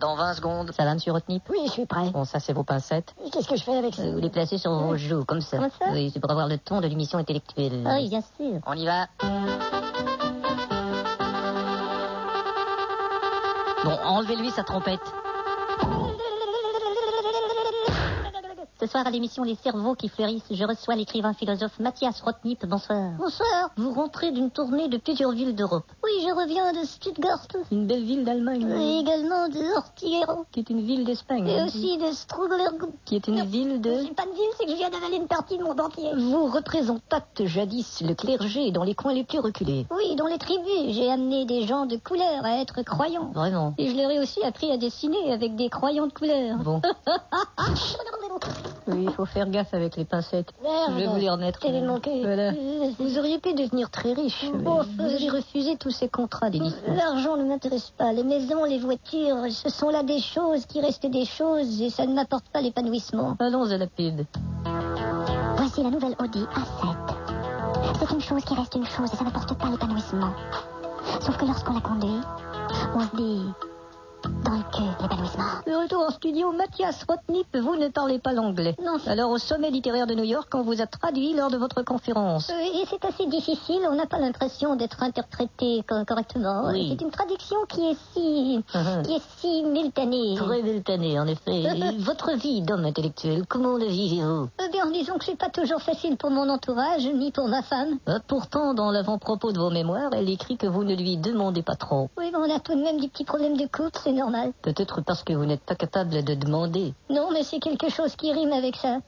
Dans 20 secondes. Ça va, monsieur Rotnip Oui, je suis prêt. Bon, ça, c'est vos pincettes. Et Qu'est-ce que je fais avec ça Euh, Vous les placez sur vos joues, comme ça. Comme ça Oui, c'est pour avoir le ton de l'émission intellectuelle. Ah Oui, bien sûr. On y va. Bon, enlevez-lui sa trompette. Ce soir, à l'émission Les cerveaux qui fleurissent, je reçois l'écrivain philosophe Mathias Rotnip. Bonsoir. Bonsoir. Vous rentrez d'une tournée de plusieurs villes d'Europe. Oui, je reviens de Stuttgart. Une belle ville d'Allemagne. Et également de Hortiguero. Qui est une ville d'Espagne. Et aussi de Strudlergut. Qui est une ville de... C'est pas Mm-hmm. de ville, c'est que je viens d'avaler une partie de mon dentier. Vous représentâtes jadis le clergé dans les coins les plus reculés. Oui, dans les tribus, j'ai amené des gens de couleur à être croyants. Vraiment. Et je leur ai aussi appris à dessiner avec des croyants de couleur. Bon. Oui, il faut faire gaffe avec les pincettes. Merde. Je vais vous les remettre. T'es manqué. Voilà. Vous auriez pu devenir très riche. mais Bon, vous avez refusé tous ces contrats, Denis. L'argent ne m'intéresse pas. Les maisons, les voitures, ce sont là des choses qui restent des choses et ça ne m'apporte pas l'épanouissement. Allons à la PID. Voici la nouvelle Audi A7. C'est une chose qui reste une chose et ça n'apporte pas l'épanouissement. Sauf que lorsqu'on la conduit, on se dit dans le cul l'épanouissement. De retour en studio, Mathias Rotnip, vous ne parlez pas l'anglais. Non. Alors, au sommet littéraire de New York, on vous a traduit lors de votre conférence. Euh, Et c'est assez difficile, on n'a pas l'impression d'être interprété co- correctement. Oui. C'est une traduction qui est si. Mhm. qui est simultanée. Très Beltané, en effet. Et votre vie d'homme intellectuel, comment le vivez-vous Eh bien, disons que je suis pas toujours facile pour mon entourage, ni pour ma femme. Euh, Pourtant, dans l'avant-propos de vos mémoires, elle écrit que vous ne lui demandez pas trop. Oui, mais on a tout de même des petits problèmes de couple, c'est normal. Peut-être parce que vous n'êtes pas capable de demander. Non, mais c'est quelque chose qui rime avec ça.